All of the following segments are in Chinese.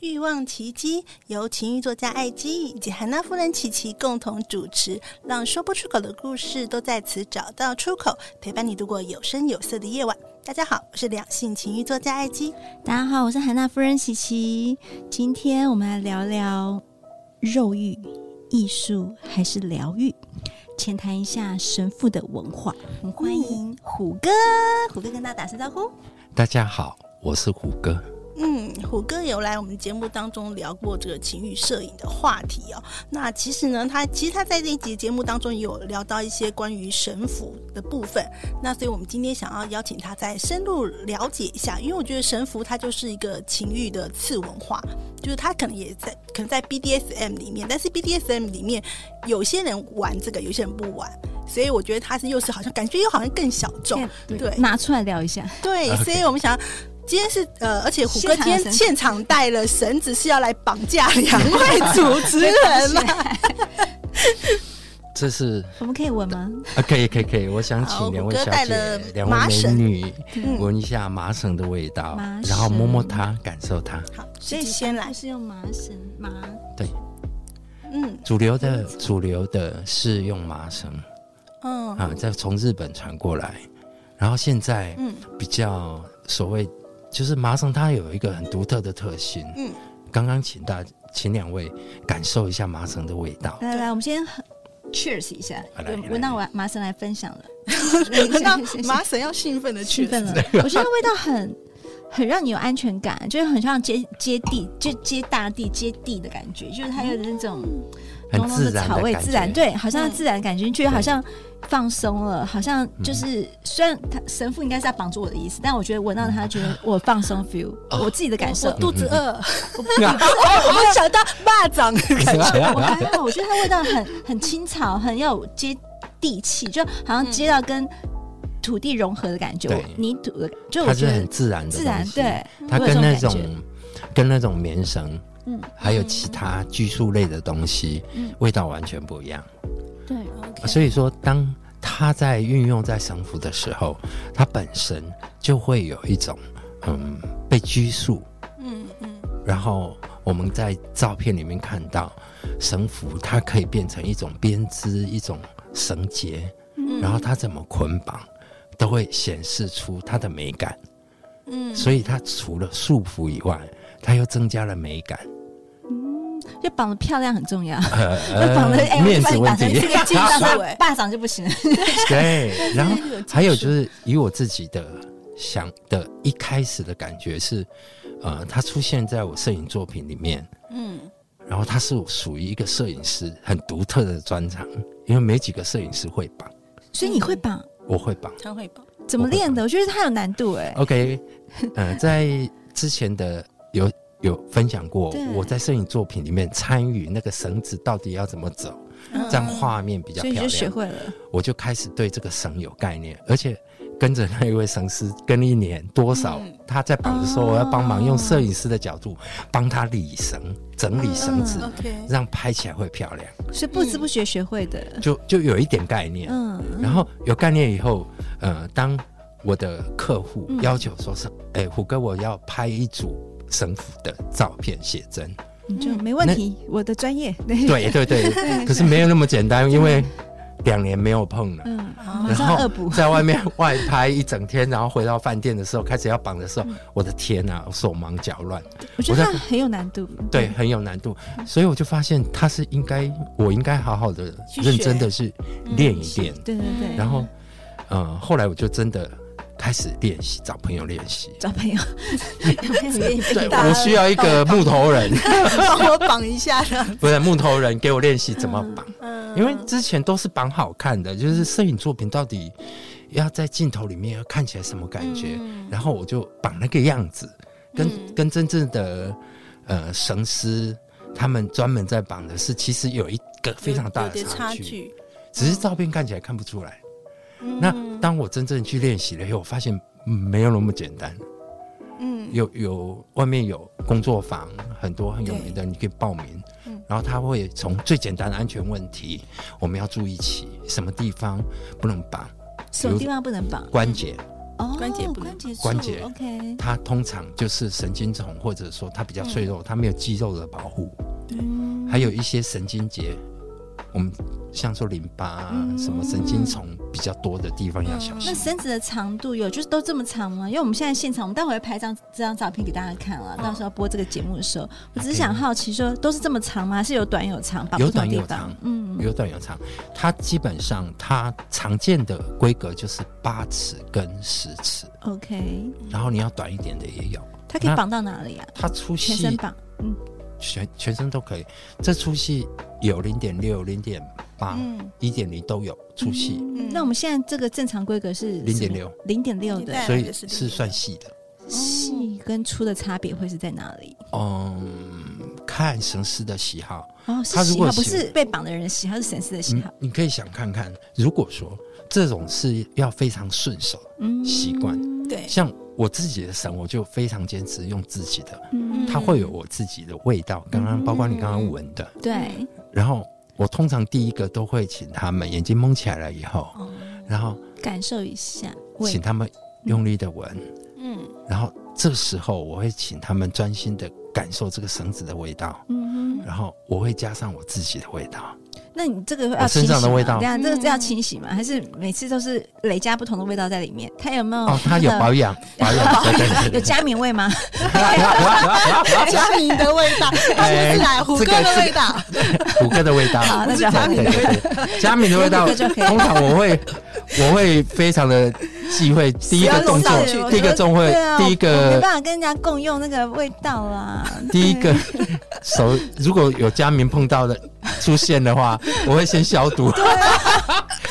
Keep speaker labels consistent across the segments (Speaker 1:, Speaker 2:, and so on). Speaker 1: 欲望奇迹由情欲作家艾姬以及韩娜夫人琪琪共同主持，让说不出口的故事都在此找到出口，陪伴你度过有声有色的夜晚。大家好，我是两性情欲作家艾姬。”。
Speaker 2: 大家好，我是韩娜夫人琪琪，今天我们来聊聊肉欲、艺术还是疗愈，浅谈一下神父的文化。我们欢迎虎哥，虎哥跟大家打声招呼。
Speaker 3: 大家好，我是虎哥。
Speaker 1: 嗯，虎哥有来我们节目当中聊过这个情欲摄影的话题哦。那其实呢，他其实他在这一集节目当中也有聊到一些关于神符的部分。那所以我们今天想要邀请他再深入了解一下，因为我觉得神符它就是一个情欲的次文化，就是它可能也在可能在 BDSM 里面，但是 BDSM 里面有些人玩这个，有些人不玩，所以我觉得它是又是好像感觉又好像更小
Speaker 2: 哎
Speaker 1: 众，
Speaker 3: 对
Speaker 1: 对
Speaker 2: 拿出来聊一下。
Speaker 1: 对，所以我们想要，今天是呃，而且虎哥
Speaker 2: 现
Speaker 1: 今
Speaker 2: 场有绳
Speaker 1: 天
Speaker 2: 子
Speaker 1: 现场带了绳子，是要来绑架两位主持人 吗？
Speaker 3: 这是
Speaker 2: 我们可以闻 吗？
Speaker 3: 啊，可以可以可以，我想
Speaker 1: 好
Speaker 3: 请两位
Speaker 1: 虎哥
Speaker 3: 小
Speaker 1: 带
Speaker 3: 姐
Speaker 1: 了、
Speaker 3: 两
Speaker 1: 麻
Speaker 3: 位美
Speaker 1: 绳
Speaker 3: 女
Speaker 1: 嗯
Speaker 3: 闻一下麻绳的味道
Speaker 2: 麻，
Speaker 3: 然后摸摸
Speaker 2: 绳
Speaker 3: 它，感受它。
Speaker 1: 好，所以先来，
Speaker 2: 是用麻绳麻
Speaker 3: 对，
Speaker 1: 嗯
Speaker 3: 主流的主流的是用麻绳
Speaker 1: 嗯
Speaker 3: 啊，再从日本传过来，然后现在
Speaker 1: 嗯
Speaker 3: 比较所谓就是麻绳，它有一个很独特的特性。
Speaker 1: 嗯，
Speaker 3: 刚刚请大请两位感受一下麻绳的味道。
Speaker 2: 来来来，我们先 cheers 一下
Speaker 3: 来来，来
Speaker 2: 闻到麻麻绳来分享 了，
Speaker 1: 闻到
Speaker 2: 谢谢谢谢
Speaker 1: 麻绳要兴奋的去
Speaker 2: 兴奋 了，
Speaker 3: 啊
Speaker 2: 我觉得味道很很让你有安全感，就是很像接接地，就接大地接地的感觉，就是它有那种
Speaker 3: 很
Speaker 2: 浓浓
Speaker 3: 自
Speaker 2: 的
Speaker 3: 然的
Speaker 2: 草味，
Speaker 3: 感
Speaker 2: 自然
Speaker 3: 觉
Speaker 2: 对，好像
Speaker 1: 嗯
Speaker 2: 自然的感觉，你觉得好像放松了，好像
Speaker 3: 嗯
Speaker 2: 就是虽然他神父应该是要绑住我的意思，但我觉得闻到他觉得我放松 feel，我
Speaker 3: 哦
Speaker 2: 自己的感受
Speaker 1: 我，肚子
Speaker 3: 嗯
Speaker 1: 饿，
Speaker 3: 啊
Speaker 1: 我没有想到蚂蚱的感觉。
Speaker 3: 嗯
Speaker 2: 我还好，我觉得它味道很很青草，很要有接地气，就好
Speaker 1: 嗯
Speaker 2: 像接到跟土地融合的感觉，
Speaker 3: 对
Speaker 2: 泥土的，就我
Speaker 3: 它
Speaker 2: 觉
Speaker 3: 是
Speaker 2: 得
Speaker 3: 很自然的
Speaker 2: 自然
Speaker 3: 东西
Speaker 2: 对，
Speaker 3: 它
Speaker 2: 我有这
Speaker 3: 跟那
Speaker 2: 种
Speaker 3: 种
Speaker 2: 感觉
Speaker 3: 跟那种棉绳，
Speaker 2: 嗯
Speaker 3: 还有其他拘束类的东西，
Speaker 2: 嗯
Speaker 3: 味道完全不一样。啊
Speaker 2: 对，
Speaker 3: 所以说，当它在运用在神符的时候，它本身就会有一种嗯被拘束，
Speaker 1: 嗯嗯
Speaker 3: 然后我们在照片里面看到绳符，它可以变成一种编织、一种绳结，
Speaker 1: 嗯
Speaker 3: 然后它怎么捆绑，都会显示出它的美感。
Speaker 1: 嗯，
Speaker 3: 所以它除了束缚以外，它又增加了美 感。
Speaker 2: 就绑的漂亮很重要，
Speaker 3: 呃
Speaker 2: 就绑的哎，
Speaker 3: 面子
Speaker 2: 我
Speaker 3: 问
Speaker 2: 把这
Speaker 3: 题
Speaker 2: 个，这个金到
Speaker 1: 好
Speaker 2: 他巴掌就不行了，
Speaker 3: 对。然后
Speaker 1: 这个有技术
Speaker 3: 还有就是以我自己的想的一开始的感觉是，呃，它出现在我摄影作品里面，
Speaker 1: 嗯
Speaker 3: 然后它是属于一个摄影师很独特的专长，因为没几个摄影师会绑，
Speaker 2: 所以你会绑，
Speaker 3: 我会绑。
Speaker 1: 常会吧，
Speaker 2: 怎么
Speaker 3: 嗯
Speaker 2: 练的？我觉得它有难度哎，
Speaker 3: OK，呃，在之前的有有分享过
Speaker 2: 对，
Speaker 3: 我在摄影作品里面参与那个绳子到底要怎么走，这样画面比较
Speaker 2: 嗯所
Speaker 3: 漂
Speaker 2: 以你
Speaker 3: 亮。
Speaker 2: 就学会了，
Speaker 3: 我就开始对这个绳有概念，而且跟着那一位绳师跟了一年多少，
Speaker 1: 嗯
Speaker 3: 他在绑的时候，
Speaker 2: 哦
Speaker 3: 我要帮忙用摄影师的角度帮他理绳、整理绳子，
Speaker 2: 嗯
Speaker 1: OK，
Speaker 3: 让拍起来会漂亮，
Speaker 2: 所以不知不觉学会的，
Speaker 3: 就就有一点概念。
Speaker 2: 嗯，
Speaker 3: 然后有概念以后，呃，当我的客户
Speaker 2: 嗯
Speaker 3: 要求说是，哎、虎哥，我要拍一组绳符的照片写 真。
Speaker 2: 你就没问题，我的专业，对
Speaker 3: 对对对，可是没有那么简单，因为两年没有碰了。
Speaker 2: 嗯，
Speaker 3: 然
Speaker 2: 马上
Speaker 3: 后，
Speaker 2: 恶补
Speaker 3: 在外面外拍一整天，然后回到饭店的时候，开始要绑的时候，我的天啊，我手忙脚乱，
Speaker 2: 我觉得
Speaker 3: 我在
Speaker 2: 那很有难度。
Speaker 3: 对，很有难度。所以我就发现他是应该，我应该好好的、
Speaker 1: 去学
Speaker 3: 认真的去练一
Speaker 1: 是
Speaker 3: 练。
Speaker 2: 对对对，
Speaker 3: 然后，呃，后来我就真的开始练习，找朋友练习。
Speaker 2: 找 朋友，哎
Speaker 3: 对，
Speaker 1: 打
Speaker 3: 我需要一个木头人，
Speaker 1: 帮我绑一下的，
Speaker 3: 不是木头人给我练习怎么绑，
Speaker 1: 嗯
Speaker 3: 因为之前都是绑好看的，就是摄影作品到底要在镜头里面要看起来什么感觉，
Speaker 1: 嗯
Speaker 3: 然后我就绑那个样子，跟、
Speaker 1: 嗯
Speaker 3: 跟真正的呃绳师他们专门在绑的是，其实有一个非常大
Speaker 1: 有
Speaker 3: 的
Speaker 1: 点
Speaker 3: 差
Speaker 1: 差
Speaker 3: 距，
Speaker 1: 距。
Speaker 3: 只是照片看起来看不出来。那
Speaker 1: 嗯
Speaker 3: 当我真正去练习了以后，我发现嗯没有那么简单。
Speaker 1: 嗯
Speaker 3: 有有外面有工作坊，很多很有名的，你可以报名。
Speaker 1: 嗯
Speaker 3: 然后他会从最简单的安全问题，我们要注意起什么地方不能绑
Speaker 2: 什么地方不能绑？
Speaker 3: 关节，
Speaker 2: 哦，
Speaker 1: 关节不能
Speaker 2: 关节处
Speaker 3: 关节
Speaker 2: ，OK，
Speaker 3: 它通常就是神经丛，或者说它比较脆弱，它没有肌肉的保护，
Speaker 2: 嗯
Speaker 3: 还有一些神经节，我们像说淋巴啊，
Speaker 2: 嗯
Speaker 3: 什么神经丛比较多的地方要小
Speaker 2: 那
Speaker 3: 心。
Speaker 2: 绳子的长度有就是都这么长吗？因为我们现在现场，我们待会儿拍张这张照片给大家看了，到时候播这个节目的时候，我只是想好奇说，都是这么长吗？还是有短有长？绑
Speaker 3: 有
Speaker 2: 不同
Speaker 3: 短
Speaker 2: 地
Speaker 3: 有
Speaker 2: 方
Speaker 3: 长
Speaker 2: 嗯，
Speaker 3: 有短有长，它基本上它常见的规格就是八尺跟十尺。
Speaker 2: OK，
Speaker 3: 然后你要短一点的也有。
Speaker 2: 它可以
Speaker 3: 那
Speaker 2: 绑到哪里啊？
Speaker 3: 它粗细
Speaker 2: 全身绑，
Speaker 3: 全全身都可以，这粗细有零点六、零点八、
Speaker 1: 嗯，
Speaker 3: 一点零都有粗细，
Speaker 2: 嗯那我们现在这个正常规格是
Speaker 3: 零点，六，
Speaker 2: 零点六
Speaker 1: 你
Speaker 2: 的
Speaker 1: 带
Speaker 3: 所
Speaker 1: 来
Speaker 3: 以
Speaker 1: 的是0.6
Speaker 3: 是算细的。
Speaker 2: 细跟粗的差别会是在哪里？
Speaker 3: 嗯，看神师的喜好，
Speaker 2: 哦，是
Speaker 3: 它如
Speaker 2: 喜
Speaker 3: 果
Speaker 2: 好，不
Speaker 3: 喜
Speaker 2: 是被绑的人的喜好，是神师的喜
Speaker 3: 你
Speaker 2: 好。
Speaker 3: 你可以想看看，如果说这种是要非常顺手，
Speaker 2: 嗯，
Speaker 3: 习惯
Speaker 1: 对，
Speaker 3: 像我自己的神，我就非常坚持用自己的，
Speaker 2: 嗯
Speaker 3: 它会有我自己的味道。刚刚包括你刚刚闻的，
Speaker 2: 对，
Speaker 3: 然后我通常第一个都会请他们眼睛蒙起来了以后，
Speaker 2: 哦，
Speaker 3: 然后
Speaker 2: 感受一下味
Speaker 3: 请他们用力的闻，
Speaker 1: 嗯
Speaker 3: 然后这时候我会请他们专心的感受这个绳子的味道，
Speaker 2: 嗯哼，
Speaker 3: 然后我会加上我自己的味道。
Speaker 2: 那你这个
Speaker 3: 我
Speaker 2: 要清
Speaker 3: 身
Speaker 2: 洗
Speaker 3: 上的
Speaker 2: 吗
Speaker 3: 味道
Speaker 2: 对啊，这个
Speaker 1: 嗯
Speaker 2: 是要清洗吗？还是每次都是累加不同的味道在里面？它有没有？
Speaker 3: 哦，他有保 养，保养，对对
Speaker 2: 有
Speaker 3: 对对。
Speaker 2: 加 冕味吗？
Speaker 1: 嘉明的味道，他
Speaker 3: 哎
Speaker 1: 们是
Speaker 2: 啊
Speaker 1: 来胡歌
Speaker 3: 这个
Speaker 1: 的
Speaker 3: 是
Speaker 1: 味道，
Speaker 3: 胡歌的味道，
Speaker 2: 好那就
Speaker 3: 对
Speaker 2: 好
Speaker 3: 对对对，佳敏的味道
Speaker 2: 胡歌就可以，
Speaker 3: 通常我会我会非常的忌讳第
Speaker 1: 不
Speaker 3: 一个
Speaker 1: 要
Speaker 3: 动作
Speaker 1: 弄上去我，
Speaker 3: 第一个动会
Speaker 2: 对啊，，
Speaker 3: 第一
Speaker 2: 我没
Speaker 3: 个
Speaker 2: 办法跟人家共用那个味道啦。
Speaker 3: 第一个手，如果有佳明碰到的出现的话，我会先消毒。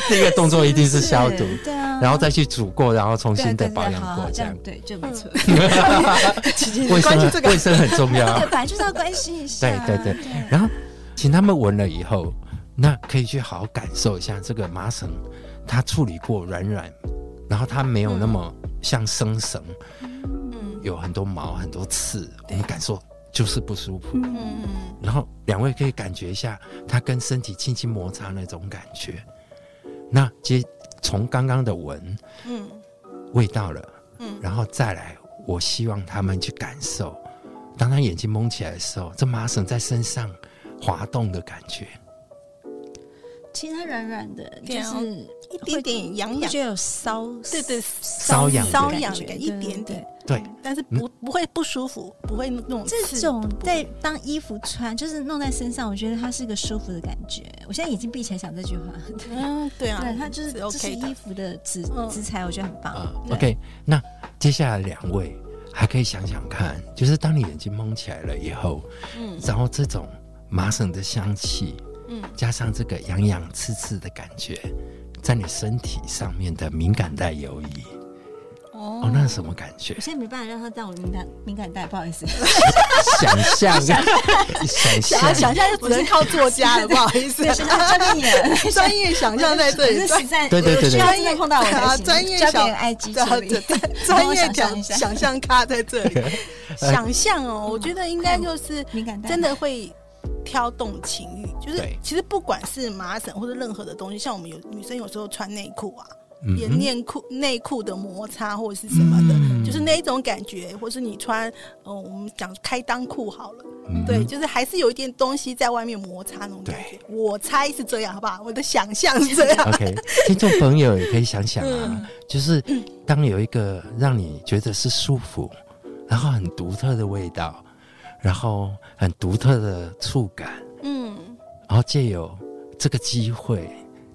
Speaker 3: 第一个动作一定啊是消毒，
Speaker 2: 对啊，
Speaker 3: 然后再去煮过，然后重
Speaker 2: 对
Speaker 3: 新
Speaker 2: 对
Speaker 3: 的
Speaker 2: 对
Speaker 3: 保养
Speaker 2: 好
Speaker 3: 过，
Speaker 2: 好
Speaker 3: 这
Speaker 2: 这
Speaker 3: 样
Speaker 2: 样对就没错。
Speaker 3: 卫
Speaker 1: 关注
Speaker 3: 生
Speaker 1: 这个
Speaker 3: 卫生很重要
Speaker 2: 对，。本来就是要关心一下。
Speaker 3: 对啊对对，然后请他们闻了以后，那可以去好好感受一下这个麻绳，它处理过软软，然后它没有那么像生绳，
Speaker 1: 嗯
Speaker 3: 有很多毛很多刺，我
Speaker 1: 对
Speaker 3: 们感受就是不舒服。
Speaker 1: 嗯
Speaker 3: 然后两位可以感觉一下它跟身体轻轻摩擦那种感觉。那接从刚刚的闻
Speaker 1: 嗯
Speaker 3: 味道了，
Speaker 1: 嗯
Speaker 3: 然后再来，我希望他们去感受，当他眼睛蒙起来的时候，这麻绳在身上滑动的感觉。
Speaker 2: 其实它软软的，就
Speaker 1: 对啊
Speaker 2: 是
Speaker 1: 一点点痒
Speaker 2: 会
Speaker 1: 痒，
Speaker 2: 觉得有烧，
Speaker 1: 对对，
Speaker 3: 瘙痒的
Speaker 1: 瘙
Speaker 3: 感
Speaker 1: 痒
Speaker 2: 觉
Speaker 1: 的感觉，一
Speaker 2: 对
Speaker 1: 点
Speaker 2: 对
Speaker 1: 点，
Speaker 3: 对，
Speaker 1: 但是
Speaker 3: 嗯
Speaker 1: 不不会不舒服，不会那种
Speaker 2: 这
Speaker 1: 刺
Speaker 2: 种
Speaker 1: 不
Speaker 2: 在
Speaker 1: 会
Speaker 2: 当衣服穿，就是弄在身上，我觉得它是一个舒服的感觉。我现在眼睛闭起来想这句话，
Speaker 1: 嗯对啊，
Speaker 2: 对，它就是这是
Speaker 1: OK
Speaker 2: 衣
Speaker 1: 的，
Speaker 2: 服的质
Speaker 1: 嗯
Speaker 2: 质材，我觉得很棒
Speaker 3: 啊、。
Speaker 2: 对
Speaker 3: o k 那接下来两位还可以想想看，就是当你眼睛蒙起来了以后，
Speaker 1: 嗯
Speaker 3: 然后这种麻绳的香气，
Speaker 1: 嗯
Speaker 3: 加上这个痒痒刺刺的感觉，在你身体上面的敏感带游移，哦
Speaker 1: 哦，
Speaker 3: 那是什么感觉
Speaker 2: 我？现在没办法让它到我敏感敏感带，不好意思。
Speaker 3: 想象，啊 想
Speaker 1: 想要想
Speaker 3: 象，
Speaker 1: 象就只能靠作家了，不好意思
Speaker 2: 对，，是它专业人，
Speaker 1: 专业想象在这
Speaker 2: 我
Speaker 1: 里，
Speaker 2: 是实在
Speaker 3: 对对
Speaker 2: 我
Speaker 3: 对对
Speaker 2: 需要真的碰到我才
Speaker 1: 啊
Speaker 2: 行
Speaker 1: 专业
Speaker 2: 交
Speaker 1: 小
Speaker 2: 给 IG
Speaker 1: 对
Speaker 2: 处理。
Speaker 1: 对
Speaker 2: 帮
Speaker 1: 专
Speaker 2: 我
Speaker 1: 业
Speaker 2: 想象
Speaker 1: 讲
Speaker 2: 一下
Speaker 1: 想象咖在这里， 想象哦，我觉得应该就是
Speaker 2: 敏感带
Speaker 1: 真的会挑动情欲，就是
Speaker 3: 对
Speaker 1: 其实不管是麻绳或者任何的东西，像我们有女生有时候穿内裤啊，
Speaker 3: 嗯
Speaker 1: 连
Speaker 3: 哼
Speaker 1: 内裤内裤的摩擦或者是什么的，
Speaker 3: 嗯
Speaker 1: 就是那一种感觉，或是你穿，呃，我们讲开裆裤好了，
Speaker 3: 嗯
Speaker 1: 对，就是还是有一点东西在外面摩擦那种感觉。我猜是这样，好不好？我的想象是这样。
Speaker 3: OK，听 众朋友也可以想想
Speaker 1: 嗯
Speaker 3: 啊，就是当有一个让你觉得是舒服，然后很独特的味道，然后很独特的触感，
Speaker 1: 嗯
Speaker 3: 然后借由这个机会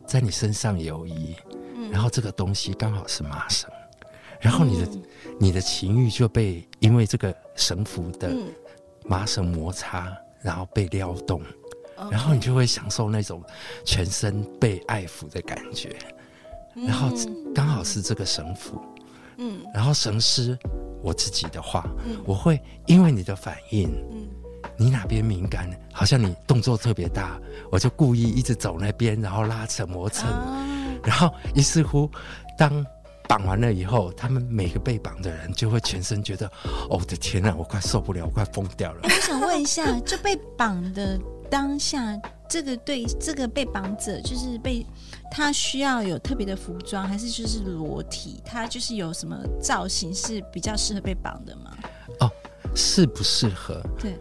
Speaker 3: 在你身上游移，
Speaker 1: 嗯
Speaker 3: 然后这个东西刚好是麻绳，然后你的、
Speaker 1: 嗯
Speaker 3: 你的情欲就被因为这个绳符的
Speaker 1: 嗯，
Speaker 3: 麻绳摩擦，然后被撩动，
Speaker 1: 嗯
Speaker 3: 然后你就会享受那种全身被爱抚的感觉。
Speaker 1: 嗯
Speaker 3: 然后刚好是这个神符，
Speaker 1: 嗯
Speaker 3: 然后神师我自己的话，
Speaker 1: 嗯
Speaker 3: 我会因为你的反应，
Speaker 1: 嗯
Speaker 3: 你哪边敏感，好像你动作特别大，我就故意一直走那边，然后拉扯磨蹭，
Speaker 1: 啊，
Speaker 3: 然后于是乎，当绑完了以后，他们每个被绑的人就会全身觉得，哦我的天啊，我快受不了，我快疯掉 了。
Speaker 2: 我想问一下，就被绑的当下，这个对这个被绑者，就是被他需要有特别的服装，还是就是裸体？他就是有什么造型是比较适合被绑的吗？
Speaker 3: 适不适合？
Speaker 2: 对，
Speaker 3: 嗯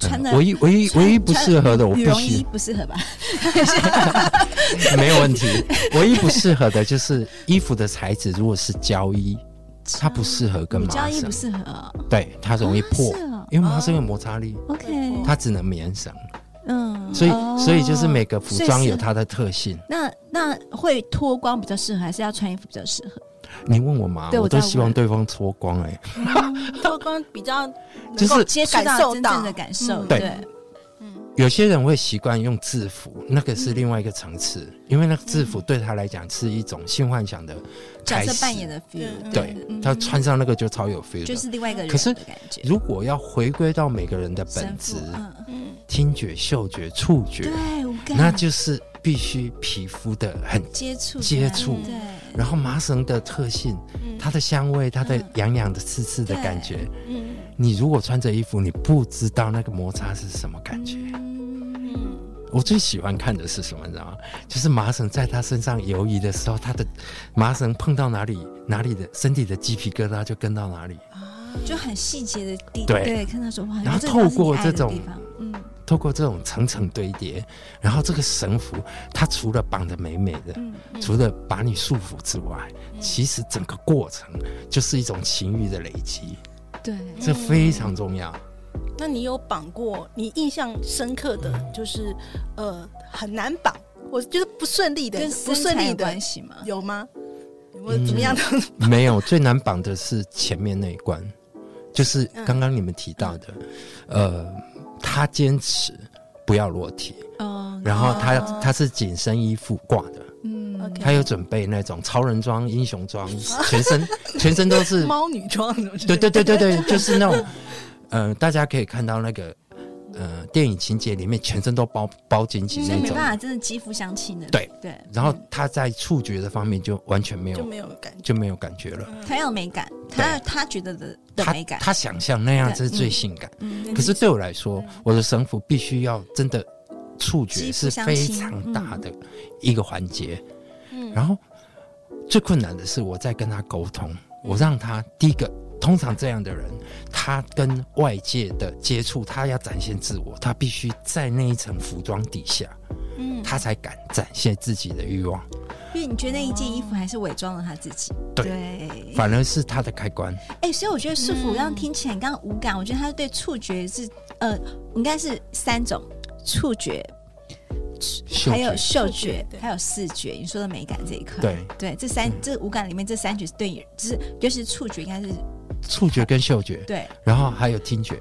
Speaker 2: 穿的、
Speaker 3: 唯一唯一
Speaker 2: 穿
Speaker 3: 唯一不适合的，我
Speaker 2: 羽
Speaker 3: 必
Speaker 2: 绒衣
Speaker 3: 须
Speaker 2: 不适合吧？
Speaker 3: 没有问题。唯一不适合的就是衣服的材质，如果是胶衣，它不适合跟
Speaker 2: 乳
Speaker 3: 麻
Speaker 2: 胶衣
Speaker 3: 绳
Speaker 2: 不，适合哦、
Speaker 3: 对，它容易破
Speaker 2: 啊，是哦
Speaker 3: 因为麻绳有摩擦力，
Speaker 2: OK，
Speaker 3: 它只能棉绳，
Speaker 2: 嗯，
Speaker 3: 所以
Speaker 2: 哦
Speaker 3: 所以就是每个服装
Speaker 2: 所以是
Speaker 3: 有它的特性。
Speaker 2: 那那会脱光比较适合，还是要穿衣服比较适合？
Speaker 3: 你问我嘛，
Speaker 2: 对
Speaker 3: 我
Speaker 2: 我
Speaker 3: 都
Speaker 2: 在
Speaker 3: 希望
Speaker 2: 问
Speaker 3: 对方脱光哎，
Speaker 2: 嗯
Speaker 1: 脱光比较
Speaker 3: 就
Speaker 1: 能够
Speaker 3: 是
Speaker 2: 接触
Speaker 1: 感
Speaker 2: 到
Speaker 1: 受
Speaker 2: 真
Speaker 1: 到
Speaker 2: 正的感受，
Speaker 1: 嗯
Speaker 3: 对
Speaker 2: 对，
Speaker 3: 有些人会习惯用制服，那个
Speaker 2: 嗯
Speaker 3: 是另外一个层次，因为那个制服对他来讲是一种性幻想的
Speaker 2: 角
Speaker 3: 开
Speaker 2: 色
Speaker 3: 始
Speaker 2: 扮演，的 feel，
Speaker 1: 嗯
Speaker 3: 对
Speaker 2: 嗯
Speaker 3: 他穿上那个就超有 feel
Speaker 2: 就
Speaker 3: 的。
Speaker 2: 是另外一个人
Speaker 3: 可是
Speaker 2: 的感觉，
Speaker 3: 如果要回归到每个人的本
Speaker 2: 神
Speaker 3: 质
Speaker 2: 父，嗯，
Speaker 1: 嗯
Speaker 3: 听觉、嗅觉、触觉，
Speaker 2: 对，啊无感，
Speaker 3: 那就是必须皮肤的很，
Speaker 2: 接触
Speaker 3: 接触
Speaker 2: 对，
Speaker 3: 然后麻绳的特性，
Speaker 1: 嗯
Speaker 3: 它的香味，它的
Speaker 2: 嗯
Speaker 3: 痒痒的、刺刺的感觉。
Speaker 1: 嗯
Speaker 3: 你如果穿着衣服，你不知道那个摩擦是什么感觉。
Speaker 2: 嗯，
Speaker 1: 嗯
Speaker 3: 我最喜欢看的是什么，你知道吗？就是麻绳在他身上游移的时候，他的麻绳碰到哪里，哪里的身体的鸡皮疙瘩就跟到哪里。
Speaker 1: 啊，
Speaker 2: 就很细节的地，
Speaker 3: 对
Speaker 2: 看到说哇，
Speaker 3: 然后
Speaker 2: 这个地方是
Speaker 3: 透过
Speaker 2: 你爱的
Speaker 3: 这种
Speaker 2: 地方，嗯，
Speaker 3: 透过这种层层堆叠，然后这个绳符，它除了绑得美美的，
Speaker 1: 嗯
Speaker 3: 除了把你束缚之外，其实整个过程就是一种情欲的累积，
Speaker 2: 对，
Speaker 3: 这非常重要。
Speaker 1: 那你有绑过你印象深刻的
Speaker 3: 嗯
Speaker 1: 就是呃很难绑，我就是不顺利的
Speaker 2: 跟，
Speaker 1: 不
Speaker 2: 身
Speaker 1: 顺
Speaker 2: 材
Speaker 1: 利
Speaker 2: 有
Speaker 1: 的
Speaker 2: 关系吗？
Speaker 1: 有吗？
Speaker 3: 嗯
Speaker 1: 有没有怎么样的？
Speaker 3: 没有最难绑的是前面那一关，就是刚刚你们提到的，呃，他坚持不要裸体，
Speaker 2: 嗯，
Speaker 3: 然后他
Speaker 1: 哦
Speaker 3: 他是紧身衣服挂的，
Speaker 2: 嗯
Speaker 1: OK
Speaker 3: 他有准备那种超人装、英雄装，全身全身都是，
Speaker 1: 猫女装什么之类
Speaker 3: 对
Speaker 1: 的？
Speaker 3: 对对对对，就是那种，呃，大家可以看到那个。呃，电影情节里面全身都包包紧紧
Speaker 2: 所
Speaker 3: 那
Speaker 2: 以没
Speaker 3: 种，
Speaker 2: 办法，真的肌肤相亲的，
Speaker 3: 对
Speaker 2: 对，
Speaker 3: 然后他在触觉的方面就完全没有
Speaker 1: 就没有感觉。
Speaker 3: 就没有感觉了。
Speaker 1: 嗯
Speaker 2: 他要美感，他要他觉得的的
Speaker 3: 他
Speaker 2: 美嗯感，
Speaker 3: 他想象那样
Speaker 2: 对
Speaker 3: 是最性感，
Speaker 2: 嗯
Speaker 3: 可是对我来说，我的神符必须要真的触觉
Speaker 2: 肌肤
Speaker 3: 是
Speaker 2: 相
Speaker 3: 非
Speaker 2: 亲
Speaker 3: 常
Speaker 2: 嗯
Speaker 3: 大的一个环节。
Speaker 1: 嗯
Speaker 3: 然后最困难的是我在跟他沟通，我让他第一个。通常这样的人，他跟外界的接触，他要展现自我，他必须在那一层服装底下，
Speaker 1: 嗯
Speaker 3: 他才敢展现自己的欲望，
Speaker 2: 因为你觉得那一件衣服还是伪装了他自己，
Speaker 3: 对
Speaker 2: 对，
Speaker 3: 反而是他的开关。
Speaker 2: 哎、所以我觉得束缚
Speaker 1: 嗯
Speaker 2: 让听起来，你刚刚无感，我觉得他对触觉是呃，应该是三种触觉，
Speaker 3: 嗅
Speaker 2: 还有
Speaker 3: 觉
Speaker 2: 嗅
Speaker 1: 触觉
Speaker 2: 觉
Speaker 1: 对，
Speaker 2: 还有视觉。你说的美感这一块，
Speaker 3: 对嗯
Speaker 2: 对，这三、这五感里面这三觉是对你，就是尤其是触觉，应该是
Speaker 3: 触觉跟嗅觉，
Speaker 2: 对
Speaker 3: 然后还有听觉，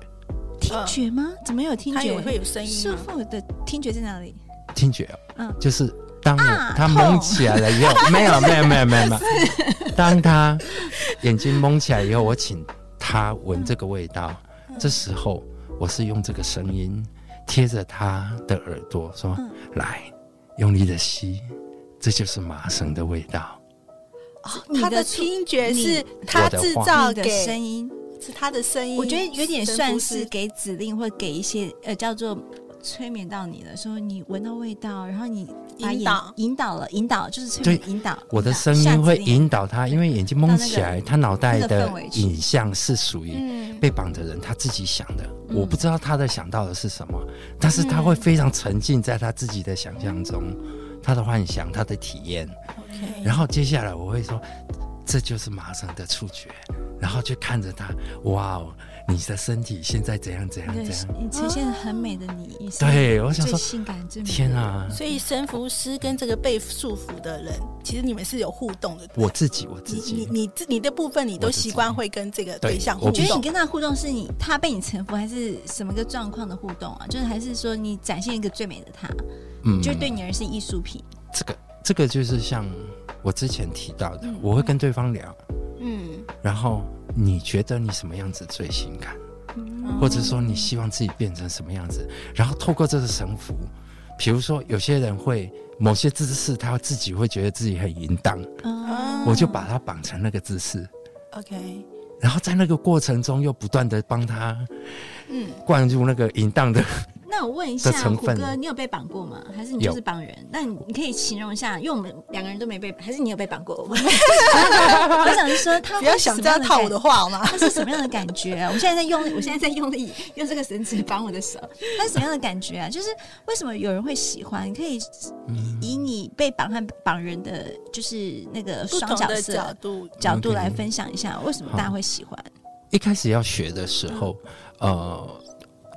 Speaker 2: 听觉吗？怎么有听
Speaker 1: 嗯它
Speaker 2: 觉
Speaker 1: 有？会有声音
Speaker 2: 束
Speaker 1: 吗？
Speaker 2: 缚的听觉在哪里？
Speaker 3: 听觉哦，
Speaker 2: 嗯
Speaker 3: 就是当我
Speaker 2: 啊
Speaker 3: 他蒙起来了以后，没有没有没有没 有没有，当他眼睛蒙起来以后，我请他闻这个味道，
Speaker 2: 嗯
Speaker 3: 这时候我是用这个声音贴着他的耳朵说：“
Speaker 2: 嗯
Speaker 3: 来，用力的吸，这就是麻绳的味道。
Speaker 2: 你
Speaker 1: 它的
Speaker 2: 触
Speaker 1: 听觉
Speaker 2: 你
Speaker 1: 是它制造
Speaker 2: 你的
Speaker 1: 给
Speaker 2: 声音，
Speaker 1: 是它的声音，
Speaker 2: 我觉得有点
Speaker 1: 神
Speaker 2: 算
Speaker 1: 父
Speaker 2: 是给指令或给一些呃叫做催眠到你了，说你闻到味道，然后你把
Speaker 1: 引
Speaker 2: 眼
Speaker 1: 导
Speaker 2: 引导了，引导就是催眠引导。
Speaker 3: 我的
Speaker 2: 引导
Speaker 3: 声音会，
Speaker 2: 下指令
Speaker 3: 引导他，因为眼睛蒙起
Speaker 2: 到那
Speaker 3: 来，他脑袋
Speaker 2: 那个
Speaker 3: 的
Speaker 2: 氛围去
Speaker 3: 影像是属于
Speaker 1: 嗯，
Speaker 3: 被绑的人他自己想的，
Speaker 2: 嗯
Speaker 3: 我不知道他的想到的是什么，但是他会非常沉浸在他自己的想象中，
Speaker 2: 嗯
Speaker 3: 他的幻想，他的体验。
Speaker 1: OK，
Speaker 3: 然后接下来我会说，这就是麻绳的触觉，然后去看着他，哇哦，你的身体现在怎样怎样
Speaker 2: 对
Speaker 3: 怎样？，
Speaker 2: 你呈现得很美的你，也是
Speaker 3: 对，我想
Speaker 2: 最
Speaker 3: 说，
Speaker 2: 性感最美的。
Speaker 3: 天啊！
Speaker 1: 所以神符师跟这个被束缚的人，其实你们是有互动的。
Speaker 3: 我自己，我自
Speaker 1: 你你
Speaker 3: 己，
Speaker 1: 你自你的部分，你都习惯会跟这个对象互
Speaker 3: 我
Speaker 2: 我觉得
Speaker 1: 动
Speaker 2: 你。跟他互动是你他被你臣服，还是什么个状况的互动啊？就是还是说你展现一个最美的他，
Speaker 3: 嗯
Speaker 2: 就是对你而言是艺术品。
Speaker 3: 这个这个就是像我之前提到的
Speaker 2: 嗯，
Speaker 3: 我会跟对方聊，
Speaker 1: 嗯，
Speaker 3: 然后你觉得你什么样子最性感，
Speaker 1: 嗯
Speaker 3: 或者说你希望自己变成什么样子，然后透过这个神符，比如说有些人会某些姿势，他自己会觉得自己很淫荡，
Speaker 2: 啊
Speaker 1: 啊，
Speaker 3: 我就把他绑成那个姿势，
Speaker 1: OK，
Speaker 3: 然后在那个过程中又不断的帮他
Speaker 1: 嗯，
Speaker 3: 灌入那个淫荡的，
Speaker 2: 那我问一下
Speaker 3: 的成
Speaker 2: 虎
Speaker 3: 分
Speaker 2: 哥，你有被绑过吗？还是你就是
Speaker 3: 有
Speaker 2: 绑人？那你你可以形容一下，因为我们两个人都没被，还是你有被 绑过？我我想说他
Speaker 1: 不
Speaker 2: 会
Speaker 1: 要想
Speaker 2: 什
Speaker 1: 这
Speaker 2: 么
Speaker 1: 样
Speaker 2: 的
Speaker 1: 套
Speaker 2: 感
Speaker 1: 我的话好吗？
Speaker 2: 它是什么样的感觉、啊？我现在在 用，我现在在用力用这个绳子绑我的手，它是什么样的感觉啊？就是为什么有人会喜欢？你可以
Speaker 1: 嗯
Speaker 2: 以你被绑和绑人的，就是那个
Speaker 1: 不
Speaker 2: 双
Speaker 1: 同
Speaker 2: 角
Speaker 1: 的
Speaker 2: 色
Speaker 1: 角度，
Speaker 2: 角度
Speaker 3: OK
Speaker 2: 来分享一下，为什么大家会喜欢？
Speaker 3: 一开始要学的时候，呃，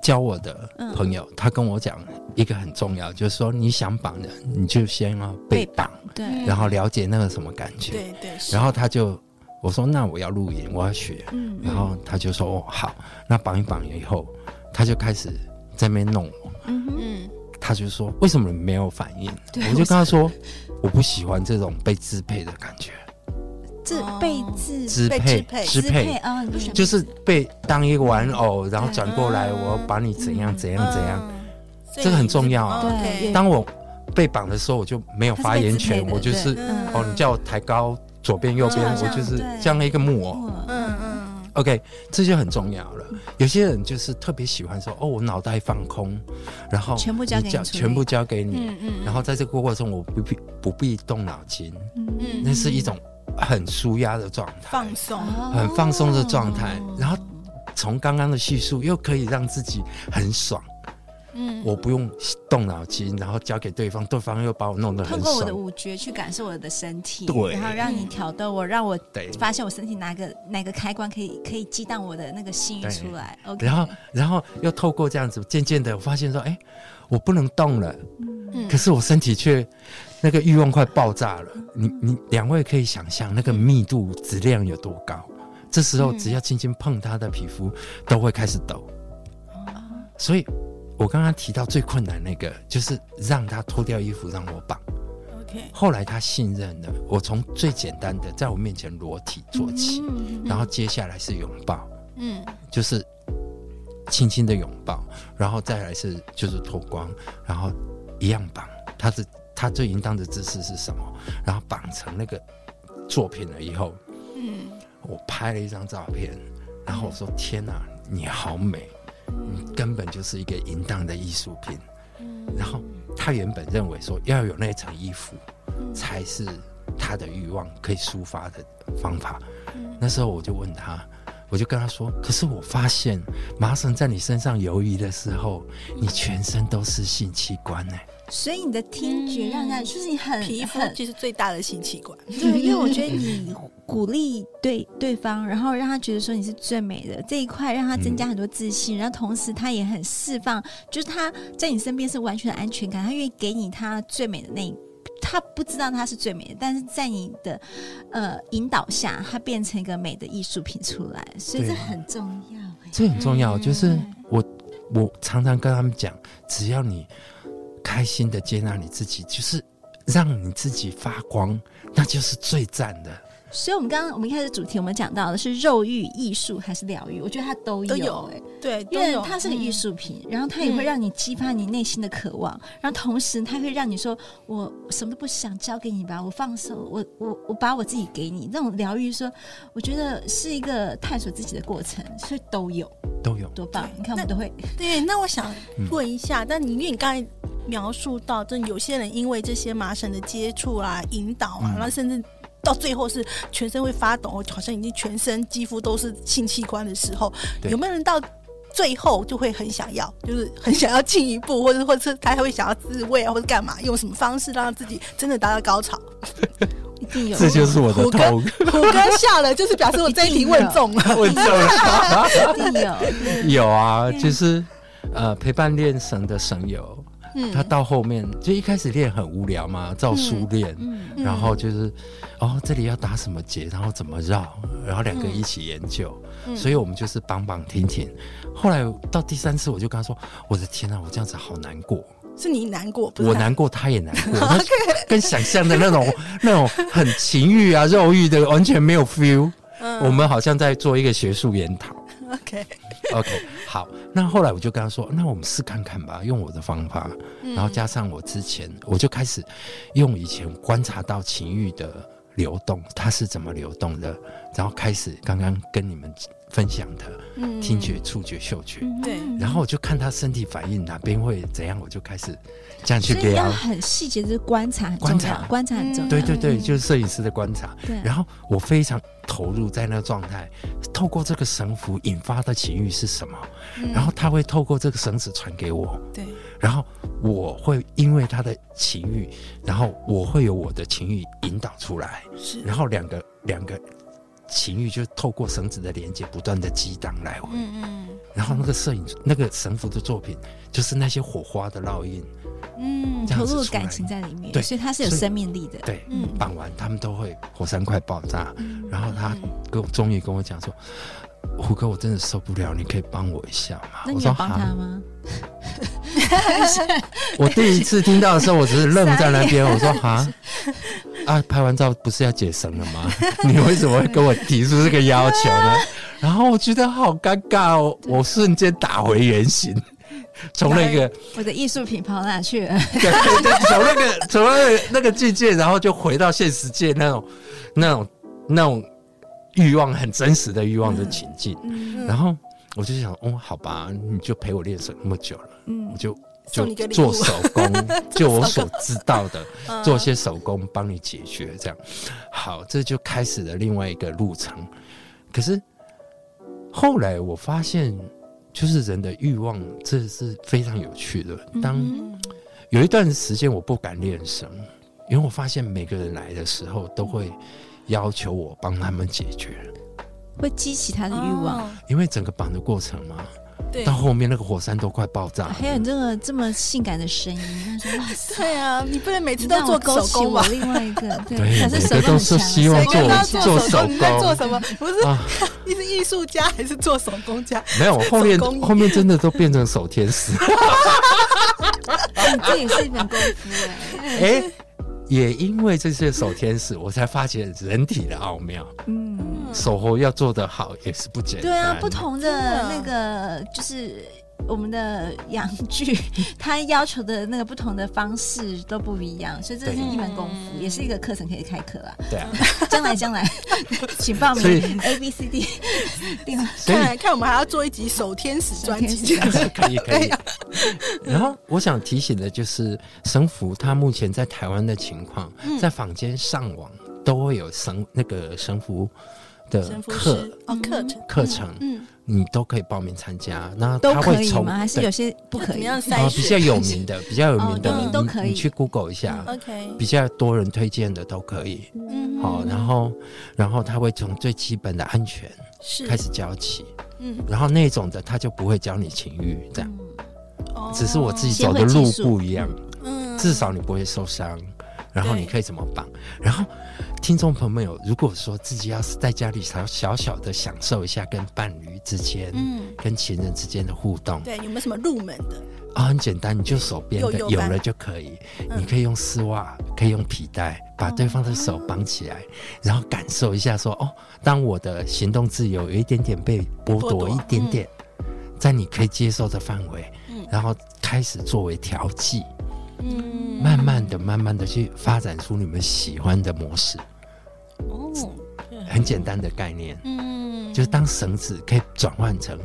Speaker 3: 教我的朋友、他跟我讲一个很重要，就是说你想绑人，你就先要被绑，
Speaker 2: 对
Speaker 1: 嗯
Speaker 3: 然后了解那个什么感觉。
Speaker 1: 对对，是
Speaker 3: 然后他就我说那我要录影，我要学。
Speaker 2: 嗯
Speaker 3: 然后他就说哦好，那绑一绑以后，他就开始在那边弄我。
Speaker 2: 嗯哼，
Speaker 1: 嗯，
Speaker 3: 他就说为什么你没有反应？
Speaker 2: 对
Speaker 3: 我就跟他说我不喜欢这种被支配的感觉，
Speaker 2: 这
Speaker 1: 哦
Speaker 2: 被自
Speaker 3: 支
Speaker 1: 被
Speaker 3: 配
Speaker 1: 支配
Speaker 3: 支配。
Speaker 2: 啊，你不喜欢
Speaker 3: 就是被当一个玩偶，然后转过来，
Speaker 1: 嗯
Speaker 3: 我把你怎样怎样怎样。
Speaker 1: 嗯？
Speaker 3: 这个很重要啊
Speaker 2: 对
Speaker 1: 对，
Speaker 3: 当我被绑的时候，我就没有发言权，我就是
Speaker 1: 嗯
Speaker 3: 哦，你叫我抬高左边右边
Speaker 1: 嗯，
Speaker 3: 我就是
Speaker 2: 对
Speaker 3: 这样的一个木偶。
Speaker 2: 哦
Speaker 1: 嗯嗯
Speaker 3: OK，这就很重要了。
Speaker 2: 嗯
Speaker 3: 有些人就是特别喜欢说，哦，我脑袋放空，然后
Speaker 2: 全部交给你
Speaker 3: 你
Speaker 2: 处理
Speaker 3: 全部交给你，
Speaker 1: 嗯嗯，
Speaker 3: 然后在这个过程中我不必不必动脑筋，
Speaker 2: 嗯
Speaker 3: 那是一种很舒压的状态，
Speaker 1: 放松，
Speaker 2: 哦
Speaker 3: 很放松的状态然后从刚刚的叙述又可以让自己很爽，
Speaker 1: 嗯，
Speaker 3: 我不用动脑筋，然后交给对方，对方又把我弄得
Speaker 2: 通
Speaker 3: 很
Speaker 2: 过我的
Speaker 3: 爽。
Speaker 2: 五觉去感受我的身体，
Speaker 3: 对
Speaker 2: 然后让你挑逗我，让我
Speaker 3: 对，
Speaker 2: 发现我身体哪个哪个开关可以可以激荡我的那个性欲
Speaker 3: 对
Speaker 2: 出来。OK，
Speaker 3: 然后然后又透过这样子，渐渐的我发现说，哎，我不能动了，
Speaker 1: 嗯
Speaker 3: 可是我身体却那个欲望快爆炸了。你你两位可以想象那个密度质量有多高？这时候
Speaker 1: 嗯
Speaker 3: 只要轻轻碰他的皮肤，都会开始抖。所以，我刚刚提到最困难那个，就是让他脱掉衣服让我绑。
Speaker 1: OK，
Speaker 3: 后来他信任了我，从最简单的在我面前裸体做起，然后接下来是拥抱，
Speaker 1: 嗯
Speaker 3: 就是轻轻的拥抱，然后再来是就是脱光，然后一样绑。他的他最淫荡的姿势是什么？然后绑成那个作品了以后，
Speaker 1: 嗯
Speaker 3: 我拍了一张照片，然后我说：“天哪、
Speaker 1: 嗯
Speaker 3: 你好美，你根本就是一个淫荡的艺术品。”
Speaker 1: 嗯
Speaker 3: 然后他原本认为说要有那层衣服才是他的欲望可以抒发的方法。
Speaker 1: 嗯
Speaker 3: 那时候我就问他，我就跟他说：“可是我发现麻绳在你身上游移的时候，你全身都是性器官呢、欸
Speaker 2: 所以你的听觉让人家就是你很
Speaker 1: 嗯皮肤
Speaker 2: 很
Speaker 1: 就是最大的性器官，
Speaker 2: 对，因为我觉得你鼓励对对方，然后让他觉得说你是最美的这一块，让他增加很多自信，然后同时他也很释放，就是他在你身边是完全的安全感，他愿意给你他最美的那一。他不知道他是最美的，但是在你的呃引导下，他变成一个美的艺术品出来，所以
Speaker 3: 对
Speaker 2: 这很重要欸、
Speaker 3: 这很重要。
Speaker 1: 嗯
Speaker 3: 就是我我常常跟他们讲，只要你开心的接纳你自己，就是让你自己发光，那就是最赞的。
Speaker 2: 所以我们刚刚我们一开始主题我们讲到的是肉欲、艺术还是疗愈，我觉得它都
Speaker 1: 都
Speaker 2: 有
Speaker 1: 有
Speaker 2: 哎、
Speaker 1: 对，
Speaker 2: 因
Speaker 1: 都
Speaker 2: 为
Speaker 1: 有
Speaker 2: 它是个艺术品，然后它也
Speaker 1: 嗯
Speaker 2: 会让你激发你内心的渴望，然后同时它会让你说，我什么都不想，交给你吧，我放手，我我我把我自己给你，那种疗愈说，我觉得是一个探索自己的过程，所以都有
Speaker 3: 都有。
Speaker 2: 多棒！
Speaker 1: 对
Speaker 2: 你看我们都会，
Speaker 1: 对，那我想
Speaker 3: 嗯
Speaker 1: 问一下，但你因为你刚才描述到，真的有些人因为这些麻绳的接触啊、引导啊，
Speaker 3: 嗯
Speaker 1: 然后甚至到最后是全身会发抖，好像已经全身几乎都是性器官的时候，
Speaker 3: 对
Speaker 1: 有没有人到？最后就会很想要，就是很想要进一步，或者或者是他还会想要自慰啊，或者干嘛，用什么方式让自己真的达到高 潮？
Speaker 2: 一 定有，
Speaker 3: 这就是我的
Speaker 1: 虎
Speaker 3: 痛，
Speaker 1: 虎哥笑了，就是表示我这一题问中了。
Speaker 3: 我走了。
Speaker 2: 一定 有，
Speaker 3: 有啊，就是呃，陪伴练绳的绳友，
Speaker 1: 嗯
Speaker 3: 他到后面就一开始练很无聊嘛，照书练，
Speaker 2: 嗯，
Speaker 3: 然后就是哦，这里要打什么结，然后怎么绕，然后两个人一起研究，
Speaker 1: 嗯
Speaker 3: 所以我们就是绑绑停停。后来到第三次，我就跟他说：“我的天啊，我这样子好难过。”
Speaker 1: 是你难过，不是
Speaker 3: 我
Speaker 1: 他
Speaker 3: 难过，他也难过，那跟想象的那种那种 很情欲啊、肉欲的完全没有 feel。我们好像在做一个学术研讨。
Speaker 1: OK，
Speaker 3: OK，好，那后来我就跟他说，那我们试看看吧，用我的方法，
Speaker 2: 嗯
Speaker 3: 然后加上我之前，我就开始用以前观察到情欲的流动，它是怎么流动的，然后开始刚刚跟你们分享的
Speaker 1: 嗯
Speaker 3: 听觉、触觉、嗅觉，
Speaker 2: 嗯
Speaker 1: 对
Speaker 3: 然后我就看他身体反应哪边会怎样，我就开始这样去
Speaker 2: 所以要
Speaker 3: 聊。
Speaker 2: 很嗯细节，就是观察很重要，
Speaker 3: 观
Speaker 2: 观察
Speaker 3: 察
Speaker 2: 很重要，
Speaker 3: 对对对，就是摄影师的观察。
Speaker 1: 嗯
Speaker 2: 对
Speaker 3: 然后我非常投入在那个状态，透过这个绳符引发的情欲是什么？
Speaker 1: 嗯
Speaker 3: 然后他会透过这个绳子传给我，
Speaker 1: 对，
Speaker 3: 然后我会因为他的情欲，然后我会有我的情欲引导出来，
Speaker 1: 是
Speaker 3: 然后两个两个情欲就透过绳子的连接不断的激荡来回。
Speaker 1: 嗯嗯
Speaker 3: 然后那个摄影那个神符的作品，就是那些火花的烙印，
Speaker 2: 嗯，
Speaker 3: 这样
Speaker 2: 投
Speaker 3: 子
Speaker 2: 入
Speaker 3: 出
Speaker 2: 感
Speaker 3: 来
Speaker 2: 情在里面，
Speaker 3: 对
Speaker 2: 所以它是有
Speaker 3: 所以
Speaker 2: 生命力的。
Speaker 3: 对，
Speaker 1: 嗯
Speaker 3: 绑完他们都会火山快爆炸。然后他
Speaker 1: 嗯
Speaker 3: 跟我终于跟我讲说，胡哥，我真的受不了，你可以帮我一下吗？
Speaker 2: 那
Speaker 3: 我
Speaker 2: 你
Speaker 3: 说
Speaker 2: 有帮
Speaker 3: 好。
Speaker 2: 他吗？
Speaker 3: 我第一次听到的时候，我只是愣在那 边，我说啊啊，拍完照不是要解绳了吗？ 你为什么会跟我提出这个要求呢？ 然后我觉得好尴尬哦，
Speaker 2: 啊
Speaker 3: 我瞬间打回原形，从那个
Speaker 2: 我的艺术品跑哪去了？
Speaker 3: 对， 从那个从那个那个境界，然后就回到现实界那种那种那种欲望很真实的欲望的情境。
Speaker 1: 嗯
Speaker 3: 然后我就想，哦，好吧，你就陪我练手那么久了，我
Speaker 2: 嗯，
Speaker 3: 就就
Speaker 1: 送你个礼物嗯
Speaker 3: 做手 工，就我所知道的，做些手工帮你解决。这样，好，这就开始了另外一个路程。可是后来我发现，就是人的欲望，这是非常有趣的。当
Speaker 1: 嗯
Speaker 3: 有一段时间我不敢练声，因为我发现每个人来的时候都会要求我帮他们解决，
Speaker 2: 会激起他的欲望。
Speaker 1: 哦
Speaker 3: 因为整个绑的过程嘛，
Speaker 1: 对哎
Speaker 3: 到后面那个火山都快爆炸了。
Speaker 2: 还有你这个这么性感的声音，我说 哇塞，
Speaker 1: 对啊，你不能每次
Speaker 2: 你
Speaker 1: 都
Speaker 2: 让
Speaker 1: 做
Speaker 2: 我勾
Speaker 1: 手
Speaker 2: 起
Speaker 1: 工
Speaker 2: 我
Speaker 1: 吧？
Speaker 2: 另外一个， 对，
Speaker 3: 对
Speaker 2: 可
Speaker 3: 每
Speaker 2: 手
Speaker 3: 个
Speaker 2: 工
Speaker 3: 都
Speaker 2: 很
Speaker 3: 是
Speaker 2: 强，
Speaker 3: 希望
Speaker 1: 每
Speaker 2: 手
Speaker 1: 个都
Speaker 2: 工
Speaker 3: 做
Speaker 1: 要
Speaker 2: 很
Speaker 1: 做
Speaker 2: 强
Speaker 3: 做
Speaker 1: 手
Speaker 3: 手
Speaker 1: 工，你在
Speaker 3: 工
Speaker 1: 做什 么？不是，
Speaker 3: 啊，
Speaker 1: 你是艺术家还是做手工家？
Speaker 3: 没有，后面
Speaker 1: 手工艺
Speaker 3: 后面真的都变成手天使，
Speaker 2: 哎这也是一 门功夫哎。
Speaker 3: 哎、也因为这些手天使，我才发现人体的奥妙。
Speaker 2: 嗯，
Speaker 3: 手活要做得好也是不简单。
Speaker 2: 对啊，不同的那
Speaker 1: 真
Speaker 2: 个就是。我们的洋 剧，它要求的那个不同的方式都不一样，所以这是
Speaker 3: 对
Speaker 2: 一门功夫，也是一个课程可以开课啦。
Speaker 3: 对啊，
Speaker 2: 将来将 来，请报
Speaker 3: 所以
Speaker 2: 名 A B C D 另外
Speaker 3: 所以
Speaker 1: 看来看我们还要做一集手天使专辑
Speaker 2: 手天，使
Speaker 3: 可以 可以。然后我想提醒的就是，神符它目前在台湾的情况，
Speaker 2: 嗯
Speaker 3: 在坊间上网都会有神那个神符的
Speaker 1: 神父
Speaker 3: 课
Speaker 1: 师哦课程，
Speaker 3: 课程，
Speaker 1: 嗯，
Speaker 3: 你都可以报名参加。那
Speaker 2: 都
Speaker 3: 它
Speaker 2: 可
Speaker 3: 会
Speaker 2: 以
Speaker 3: 从
Speaker 2: 吗？还是
Speaker 3: 对
Speaker 2: 有些不可
Speaker 1: 怎么
Speaker 2: 以？
Speaker 1: 样
Speaker 3: 啊
Speaker 1: 筛
Speaker 3: 比较
Speaker 1: 选
Speaker 3: 有名 的，比较有名
Speaker 2: 哦
Speaker 3: 的
Speaker 2: 有名
Speaker 3: 你
Speaker 2: 都可以
Speaker 3: 你去 Google 一下，
Speaker 1: ？OK，
Speaker 3: 比较多人推荐的都可以。
Speaker 1: 嗯，
Speaker 3: 好，然后然后他会从最基本的安全
Speaker 1: 是
Speaker 3: 开始教起，
Speaker 1: 嗯，
Speaker 3: 然后那种的他就不会教你情欲这样。
Speaker 1: 哦
Speaker 3: 只是我自己
Speaker 2: 先
Speaker 3: 走
Speaker 2: 会
Speaker 3: 的
Speaker 2: 技
Speaker 3: 路
Speaker 2: 术
Speaker 3: 不一样，
Speaker 1: 嗯
Speaker 3: 至少你不会受伤，然后
Speaker 1: 对
Speaker 3: 你可以怎么绑。然后，听众朋友，如果说自己要是在家里小小小的享受一下跟伴侣之间、
Speaker 1: 嗯，
Speaker 3: 跟情人之间的互动
Speaker 1: 对，有没有什么入门的？
Speaker 3: 啊，很简单，你就手边的
Speaker 1: 右右
Speaker 3: 有
Speaker 1: 扳
Speaker 3: 了就可以。
Speaker 1: 嗯哦
Speaker 3: 你可以用丝袜，可以用皮带把对方的手绑起来，然后感受一下说哦，当我的行动自由有一点点被剥
Speaker 1: 剥
Speaker 3: 夺
Speaker 1: 夺
Speaker 3: 一点点，在你可以接受的范围，
Speaker 1: 嗯
Speaker 3: 然后开始作为调剂。
Speaker 1: 嗯
Speaker 3: 慢慢的、慢慢的去发展出你们喜欢的模式。
Speaker 1: 哦，
Speaker 3: 很简单的概念，
Speaker 1: 嗯，
Speaker 3: 就是当绳子可以转换成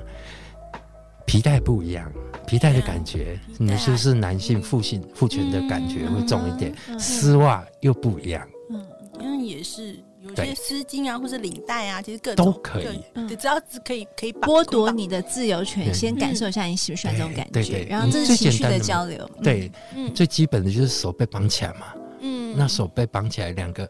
Speaker 3: 皮带不一样，皮带
Speaker 2: 啊
Speaker 3: 的感觉，
Speaker 1: 皮带
Speaker 3: 你就是男性父性父权的感觉会重一
Speaker 2: 嗯
Speaker 3: 点，丝袜又不一样，
Speaker 1: 因为也是有些
Speaker 3: 对
Speaker 1: 丝巾啊，或是领带啊，其实各种
Speaker 3: 都可以。
Speaker 1: 各对，只要只可以可以绑
Speaker 2: 剥
Speaker 1: 捆
Speaker 2: 夺
Speaker 1: 绑嗯
Speaker 2: 你的自由权，
Speaker 3: 对
Speaker 2: 先感受一下你喜不喜欢这种感
Speaker 3: 对
Speaker 2: 觉
Speaker 3: 对，对
Speaker 2: 然后这是
Speaker 3: 最
Speaker 2: 情
Speaker 3: 简
Speaker 2: 绪
Speaker 3: 单
Speaker 2: 的
Speaker 3: 的嘛
Speaker 2: 交流，嗯
Speaker 3: 对，
Speaker 1: 嗯
Speaker 3: 最基本的就是手被绑起来嘛，
Speaker 1: 嗯
Speaker 3: 那手被绑起来，两个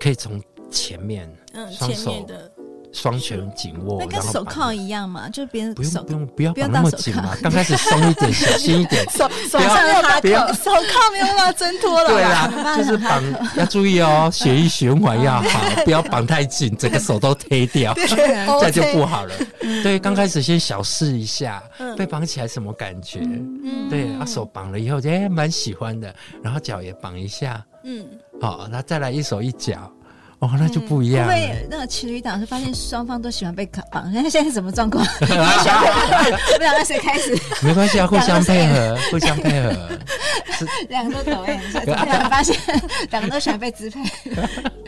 Speaker 3: 可以从前面
Speaker 1: 嗯
Speaker 3: 双
Speaker 1: 前面
Speaker 3: 手
Speaker 1: 的
Speaker 3: 双拳紧握，
Speaker 2: 那
Speaker 3: 然
Speaker 2: 跟
Speaker 3: 后
Speaker 2: 手
Speaker 3: 绑
Speaker 2: 铐一样嘛，就别人
Speaker 3: 不用
Speaker 2: 手
Speaker 3: 不用不要
Speaker 2: 不要
Speaker 3: 绑那么
Speaker 2: 到手
Speaker 3: 紧嘛
Speaker 2: 铐，
Speaker 3: 刚开始松一点， 小心一点，
Speaker 1: 手手
Speaker 3: 不要
Speaker 1: 上有把
Speaker 3: 不要
Speaker 1: 手手铐没有办法挣 脱了
Speaker 3: 对啊
Speaker 1: 啦，
Speaker 3: 啦，就是绑 要注意哦，血液循环要好，不要绑太紧，整个手都推掉， 这样就不 好了。
Speaker 2: 嗯
Speaker 3: 对，刚开始先小试一下，被绑起来什么感觉？
Speaker 1: 嗯
Speaker 3: 对，啊，手绑了以后，哎，蛮喜欢的，然后脚也绑一下，
Speaker 1: 嗯，
Speaker 3: 好，那再来一手一脚，哦，那就不一
Speaker 2: 会
Speaker 3: 样
Speaker 2: 嗯不
Speaker 3: 了。
Speaker 2: 会那个情侣档是发现双方都喜欢被卡绑？那现在是什么状 况？不两个谁开始，
Speaker 3: 没关系啊，互相配合， 互相配合。
Speaker 2: 两个都抖 M，所以突然发现两个都喜欢被支 配。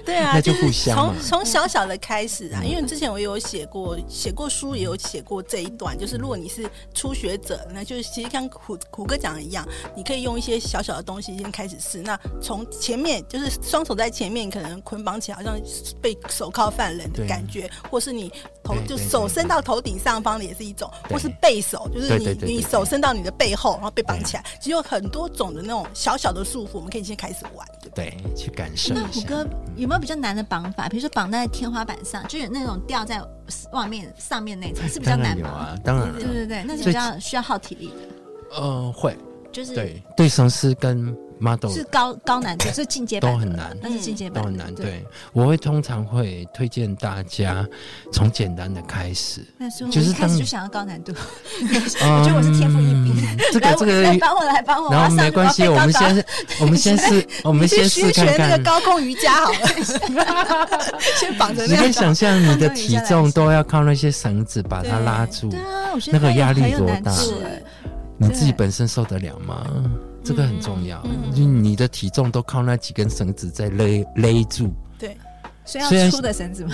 Speaker 1: 对啊，
Speaker 3: 那就
Speaker 1: 就是
Speaker 3: 互相
Speaker 1: 从
Speaker 3: 嘛嗯
Speaker 1: 从小小的开始啊，因为之前我也有写过写过书，也有写过这一段，就是如果你是初学者，那就是其实像虎虎哥讲的一样，你可以用一些小小的东西先开始试。那从前面就是双手在前面，可能捆绑起来，好像被手铐犯人的
Speaker 3: 对
Speaker 1: 感觉，或是你头
Speaker 3: 对
Speaker 1: 就
Speaker 3: 对对
Speaker 1: 手
Speaker 3: 对
Speaker 1: 伸到头顶上方的也是一种，
Speaker 3: 对
Speaker 1: 或是背手，就是
Speaker 3: 对
Speaker 1: 你
Speaker 3: 对对对
Speaker 1: 你
Speaker 3: 对
Speaker 1: 手伸到你的背后，然后被绑起来，其实有很多种的那种小小的束缚，我们可以先开始玩，对不对？
Speaker 3: 对，去感受
Speaker 2: 那
Speaker 3: 一
Speaker 2: 虎
Speaker 3: 下。
Speaker 2: 哥有没有比较难的绑法？比如说绑在天花板上，就有那种吊在外面上面那层，是比较
Speaker 3: 当
Speaker 2: 难
Speaker 3: 然有
Speaker 2: 吗？
Speaker 3: 啊，当然
Speaker 2: 对
Speaker 3: 了，
Speaker 2: 对对，那是比
Speaker 3: 最
Speaker 2: 较需要耗体力的，
Speaker 3: 嗯，会，
Speaker 2: 就是
Speaker 3: 对，对上司跟 model
Speaker 2: 是高高难度，是进阶版
Speaker 3: 都
Speaker 2: 的
Speaker 3: 很难
Speaker 1: 嗯
Speaker 2: 那是进阶版
Speaker 3: 都
Speaker 2: 的
Speaker 3: 很哦难。。对，我会通常会推荐大家从简单的开始。
Speaker 2: 那时候
Speaker 3: 就
Speaker 2: 我
Speaker 3: 是
Speaker 2: 一开始
Speaker 3: 当
Speaker 2: 就想要高 难度，
Speaker 3: 嗯
Speaker 2: 我觉得我是天赋异禀。
Speaker 3: 这个
Speaker 2: 来
Speaker 3: 这个
Speaker 2: 来帮我来帮我，
Speaker 3: 然
Speaker 2: 哦我
Speaker 3: 后
Speaker 2: 要上
Speaker 3: 没关系，
Speaker 2: 要被
Speaker 3: 我们
Speaker 2: 高达
Speaker 3: 先我们 先试，我们先
Speaker 1: 去
Speaker 3: 试
Speaker 1: 学
Speaker 3: 看
Speaker 1: 那
Speaker 3: 看
Speaker 1: 个。高空瑜伽好了， 先绑着
Speaker 3: 你
Speaker 1: 那
Speaker 3: 可
Speaker 1: 样
Speaker 3: 以想象你的 体
Speaker 2: 放松一
Speaker 3: 重都要靠那些绳子把它拉住
Speaker 2: 对，啊，我觉得
Speaker 3: 那个
Speaker 2: 它
Speaker 3: 压力
Speaker 2: 很有
Speaker 3: 多
Speaker 2: 难
Speaker 3: 大
Speaker 2: 度
Speaker 3: 是
Speaker 2: 哎
Speaker 3: 你自己
Speaker 2: 对嗯
Speaker 3: 本身受得了吗？这个很重要，就你的体重都靠那几根绳子在勒勒住。
Speaker 1: 对，
Speaker 2: 所
Speaker 3: 虽
Speaker 2: 以要
Speaker 3: 然
Speaker 2: 粗的绳子嘛，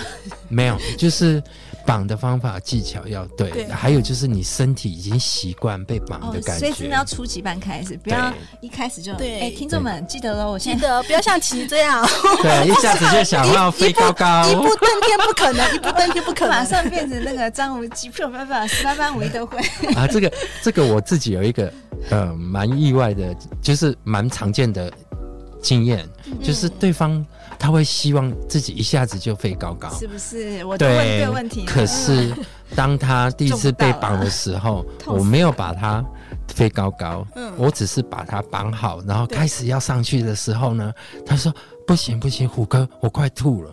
Speaker 3: 没有，就是绑的方法技巧要对，
Speaker 1: 对
Speaker 3: 还有就是你身体已经习惯被绑
Speaker 2: 哦
Speaker 3: 的，感
Speaker 2: 所以
Speaker 3: 觉。
Speaker 2: 真的要初级班开始，不要一开始就。
Speaker 1: 对
Speaker 2: 哎，听众们记得喽，我
Speaker 1: 记
Speaker 2: 现在
Speaker 1: 得不要像琪这样，
Speaker 3: 对，一下子就想要
Speaker 2: 啊
Speaker 3: 飞高高
Speaker 1: 一，步登天不可 能，一步登天不可
Speaker 2: 马
Speaker 1: 能。
Speaker 2: 上变成那个张无 忌、破爸爸、十八般武艺都会。
Speaker 3: 啊！这个这个我自己有一个呃蛮意外的，就是蛮常见的经验，
Speaker 2: 嗯
Speaker 3: 就是对方他会希望自己一下子就飞高高，
Speaker 2: 是不是？我就问
Speaker 3: 对
Speaker 2: 对问题了，嗯
Speaker 3: 可是当他第一次被绑的时候，
Speaker 2: 中不到啊痛死
Speaker 3: 我没有把他飞高高，
Speaker 1: 嗯
Speaker 3: 我只是把他绑好，然后开始要上去的时候呢，他说不行不行，虎哥，我快吐了，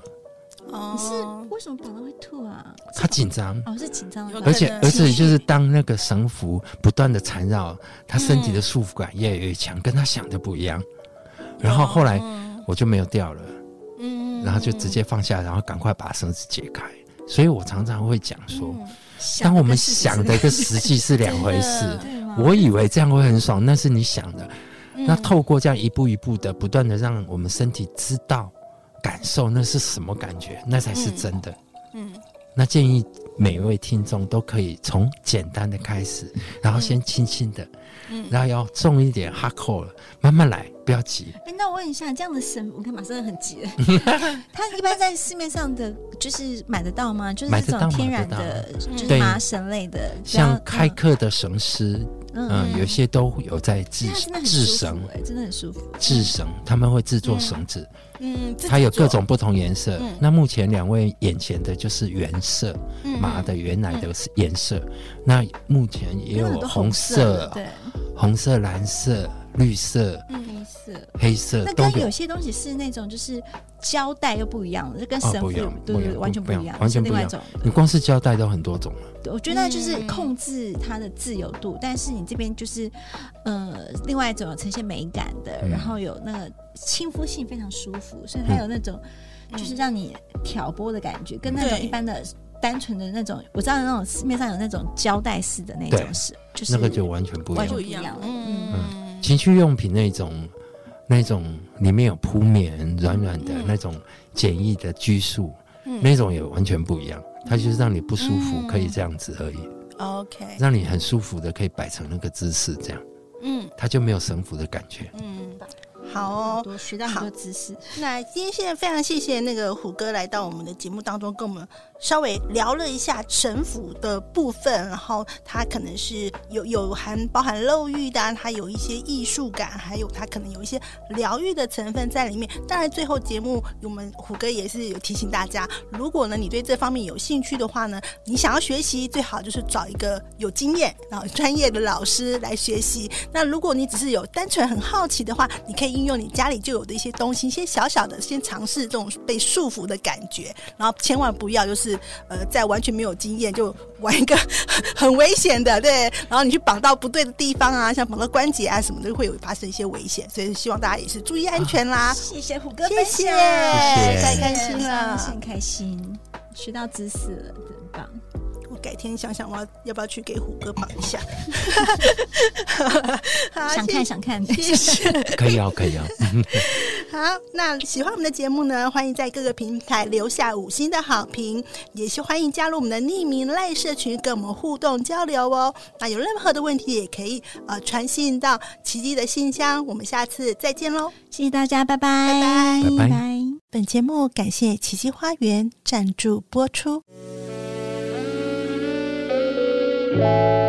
Speaker 1: 哦
Speaker 2: 你是为什么绑到会吐啊？
Speaker 3: 他紧张。
Speaker 2: 哦，是紧张
Speaker 1: 有
Speaker 2: 的
Speaker 1: 可
Speaker 3: 而
Speaker 2: 关
Speaker 1: 能
Speaker 2: 系，
Speaker 3: 且，而且就是当那个绳缚不断的缠绕，他身体的束缚感越来越强，跟他想的不一样。然后后来
Speaker 1: 嗯
Speaker 3: 我就没有掉了，
Speaker 1: 嗯
Speaker 3: 然后就直接放下，然后赶快把绳子解开。所以我常常会讲说，
Speaker 2: 想
Speaker 3: 当
Speaker 2: 的
Speaker 3: 我们
Speaker 2: 跟事实
Speaker 3: 想
Speaker 2: 是
Speaker 3: 的跟实际是两回事。嗯
Speaker 2: 对吗？
Speaker 3: 我以为这样会很爽，那是你想的。那透过这样一步一步的，不断的让我们身体知道、感受那是什么感觉，那才是真的。
Speaker 1: 嗯
Speaker 3: 那建议每位听众都可以从简单的开始，然后先轻轻的，
Speaker 1: 嗯
Speaker 3: 然后要重一点哈扣了，慢慢来，不要急。
Speaker 2: 哎，那我问一下，这样的神，我看马上很急 了。它一般在市面上的，就是买得到吗？就是
Speaker 3: 买
Speaker 2: 这
Speaker 3: 得
Speaker 2: 种
Speaker 3: 到
Speaker 2: 天
Speaker 3: 买
Speaker 2: 然
Speaker 3: 得
Speaker 2: 的，就是
Speaker 3: 对
Speaker 2: 麻绳类的，比较
Speaker 3: 像开课的绳师，
Speaker 2: 嗯
Speaker 3: 嗯，有些都有在制
Speaker 2: 它真的很
Speaker 3: 制
Speaker 2: 舒
Speaker 3: 绳
Speaker 2: 服，、哎，真的很舒服。
Speaker 3: 制绳，他们会制作绳子，
Speaker 1: 嗯，自己
Speaker 3: 它有
Speaker 1: 做
Speaker 3: 各种不同颜色
Speaker 1: 嗯。
Speaker 3: 那目前两位眼前的就是原色，
Speaker 1: 嗯
Speaker 3: 麻的原来的是颜色，那目前也
Speaker 2: 因为
Speaker 3: 有
Speaker 2: 很多
Speaker 3: 红
Speaker 2: 色
Speaker 3: 色
Speaker 2: 的，、对，
Speaker 3: 红色、蓝色、绿色，
Speaker 2: 黑色，
Speaker 3: 黑色
Speaker 2: 嗯那
Speaker 3: 都
Speaker 2: 跟有
Speaker 3: 有。
Speaker 2: 些东西是那种就是胶带又不一样了，这跟
Speaker 3: 哦
Speaker 2: 神
Speaker 3: 不
Speaker 2: 父
Speaker 3: 一样
Speaker 2: 对
Speaker 3: 不
Speaker 2: 对
Speaker 3: 一样
Speaker 2: 对完全
Speaker 3: 不
Speaker 2: 不
Speaker 3: 一
Speaker 2: 一
Speaker 3: 样
Speaker 2: 样，
Speaker 3: 完全
Speaker 2: 是另
Speaker 3: 不一
Speaker 2: 外一
Speaker 3: 样
Speaker 2: 种。
Speaker 3: 你光是胶带都很多种了，
Speaker 2: 对我觉得那就是
Speaker 1: 嗯
Speaker 2: 控制它的自由度，但是你这边就是呃，另外一种有呈现美感的，
Speaker 3: 嗯
Speaker 2: 然后有那个亲肤性非常舒服，所以它有那种就是让你挑拨的感觉，跟那种
Speaker 1: 嗯对
Speaker 2: 一般的单纯的那种，我知道那种市面上有那种胶带式的那种
Speaker 3: 对
Speaker 2: 是，就是
Speaker 3: 那个就完全不一
Speaker 2: 完
Speaker 3: 样
Speaker 1: 不
Speaker 2: 全。不
Speaker 1: 一
Speaker 2: 一
Speaker 1: 样
Speaker 2: 样，
Speaker 1: 嗯，
Speaker 3: 情趣用品那种，那种里面有铺棉、软软的、
Speaker 1: 嗯
Speaker 3: 那种简易的拘束，
Speaker 1: 嗯
Speaker 3: 那种也完全不一样。它就是让你不舒服，
Speaker 1: 嗯
Speaker 3: 可以这样子而已，
Speaker 1: OK，
Speaker 3: 让你很舒服的可以摆成那个姿势，这样
Speaker 1: 嗯
Speaker 3: 它就没有省服的感觉。
Speaker 1: 嗯，好
Speaker 2: 很
Speaker 1: 哦，
Speaker 2: 多学到很多知识，
Speaker 1: 那今天现在非常谢谢那个虎哥来到我们的节目当中，跟我们稍微聊了一下神府的部分，然后他可能是有有含包含肉欲的、啊，它有一些艺术感，还有它可能有一些疗愈的成分在里面。当然，最后节目我们虎哥也是有提醒大家，如果呢你对这方面有兴趣的话呢，你想要学习，最好就是找一个有经验然后专业的老师来学习。那如果你只是有单纯很好奇的话，你可以运用你家里就有的一些东西，先小小的先尝试这种被束缚的感觉，然后千万不要就是呃在完全没有经验就玩一个很危险的，对，然后你去绑到不对的地方啊，像绑到关节啊什么的，会有发生一些危险，所以希望大家也是注意安全 啦。
Speaker 2: 谢谢虎哥
Speaker 1: 谢
Speaker 2: 分
Speaker 1: 谢，
Speaker 2: 享，
Speaker 3: 谢
Speaker 1: 太开心了。
Speaker 2: 很开心，学到知识了，真棒。
Speaker 1: 我改天想想，我要要不要去给虎哥绑一下？ 好
Speaker 2: 想
Speaker 1: 谢
Speaker 2: 看想看，
Speaker 1: 谢谢。
Speaker 3: 可以啊，可以啊。
Speaker 1: 好，那喜欢我们的节目呢，欢迎在各个平台留下五星的好评，也是欢迎加入我们的匿名赖社群，跟我们互动交流哦。那有任何的问题也可以呃传信到奇迹的信箱。我们下次再见喽，
Speaker 2: 谢谢大家，拜拜，
Speaker 1: 拜
Speaker 3: 拜拜
Speaker 2: 拜。
Speaker 4: 本节目感谢奇迹花园赞助播出。
Speaker 1: 拜。